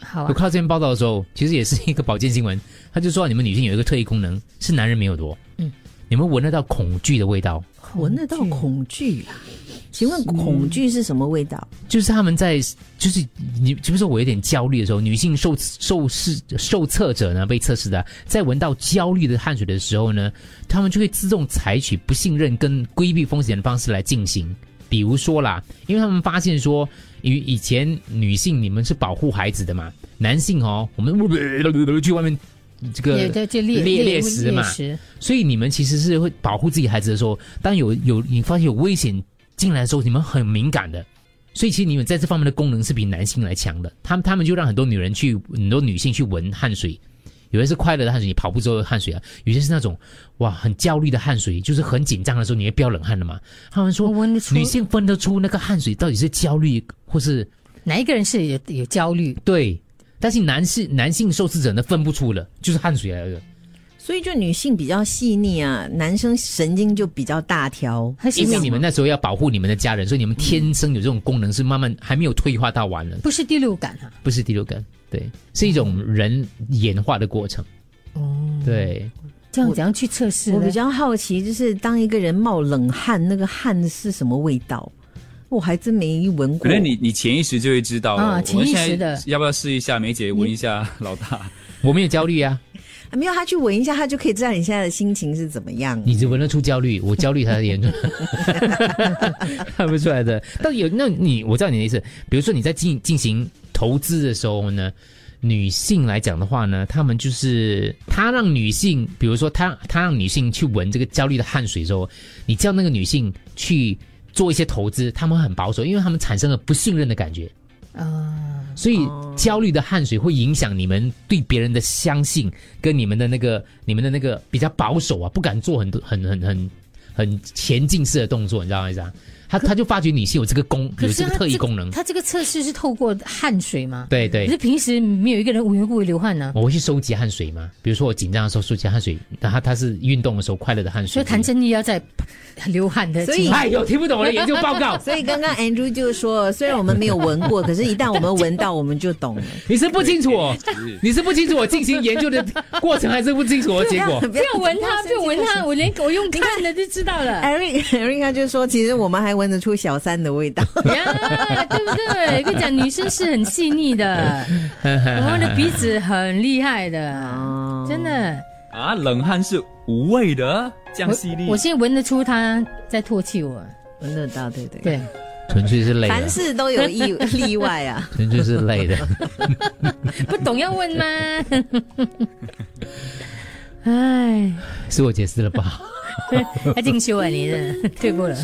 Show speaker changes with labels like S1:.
S1: 好
S2: 我
S1: 啊，
S2: 看到这篇报道的时候，其实也是一个保健新闻，他就说你们女性有一个特异功能，是男人没有的。
S1: 嗯
S2: 嗯，你们闻得到恐惧的味道，
S3: 闻得到恐惧啊？请问恐惧是什么味道？
S2: 就是他们在就是你，比如说我有点焦虑的时候，女性受受试受测者呢被测试的，在闻到焦虑的汗水的时候呢，他们就会自动采取不信任跟规避风险的方式来进行。比如说啦，因为他们发现说，以以前女性你们是保护孩子的嘛，男性哦，我们去外面这个
S1: 也在这猎
S2: 猎猎食嘛
S1: 食
S2: 所以你们其实是会保护自己孩子的时候，当有有你发现有危险进来的时候，你们很敏感的。所以其实你们在这方面的功能是比男性来强的。他们他们就让很多女人去，很多女性去闻汗水，有些是快乐的汗水，你跑步之后的汗水啊；有些是那种哇很焦虑的汗水，就是很紧张的时候你会飙冷汗的嘛。他们说
S1: 我闻得出
S2: 女性分得出那个汗水到底是焦虑或是
S1: 哪一个人是有有焦虑？
S2: 对，但是男性男性受试者呢分不出了，就是汗水来的。
S3: 所以就女性比较细腻啊，男生神经就比较大条。
S1: 他是
S2: 因为
S1: 讲
S2: 你们那时候要保护你们的家人，所以你们天生有这种功能是慢慢还没有退化到完了，
S1: 不是第六感啊，
S2: 不是第六感，对，是一种人演化的过程。哦，对，
S1: 这样怎样去测试呢？
S3: 我比较好奇，就是当一个人冒冷汗，那个汗是什么味道？我还真没闻过。
S4: 可能你你潜意识就会知道了。
S1: 啊
S4: 我们
S1: 潜意识
S4: 现在
S1: 的
S4: 要不要试一下？梅姐闻一下老大，
S2: 我没有焦虑啊，
S3: 啊没有他去闻一下，他就可以知道你现在的心情是怎 么样。
S2: 你只闻得出焦虑，我焦虑才严重，看不出来的。但有那你我知道你的意思，比如说你在进进行投资的时候呢。女性来讲的话呢，她们就是她让女性，比如说她她让女性去闻这个焦虑的汗水之后，你叫那个女性去做一些投资，她们很保守，因为她们产生了不信任的感觉。
S1: 啊，
S2: 所以
S3: 哦
S2: 焦虑的汗水会影响你们对别人的相信，跟你们的那个、你们的那个比较保守啊，不敢做很多、很、很、很、很前进式的动作，你知道吗？意思啊？他他就发觉你是有这个功，
S1: 可
S2: 有
S1: 是
S2: 这
S1: 他
S2: 个特异功能。
S1: 他这个测试是透过汗水吗？
S2: 对
S1: 可
S2: 对
S1: 是，平时没有一个人无缘无故会流汗呢、
S2: 我会去收集汗水嘛，比如说我紧张的时候收集汗水，然后他是运动的时候快乐的汗水。
S1: 所以谭真妮要在流汗的
S3: 所以，
S1: 情况，
S2: 哎呦，听不懂我的研究报告
S3: 所以刚刚 Andrew 就说，虽然我们没有闻 过，可是一旦我们闻到，我们就懂了。
S2: 你是不清 楚我，
S4: 是
S2: 你是不清楚我进行研究的过程，还是不清楚我的 结果？
S1: 啊
S3: 不
S5: 不要闻它，不要闻它，我连我用看的就知道了。
S3: Eric Eric 他就说，其实我们还闻得出小三的味道。
S5: 呀，对不对？跟你讲，女生是很细腻 的，我们的鼻子很厉害的，
S3: 哦
S5: 真的。
S4: 啊，冷汗是无味的，这样
S1: 我
S4: 犀利。
S1: 我现在闻得出他在唾弃我。
S3: 闻得到，对对。
S2: 啊
S1: 对，
S2: 纯粹是累
S3: 凡
S2: 的，
S3: 事 都有意例外啊。
S2: 纯粹是累的。
S5: 不懂要问吗？哎，
S2: 是我解释了吧？
S5: 要进修啊，你这退步了。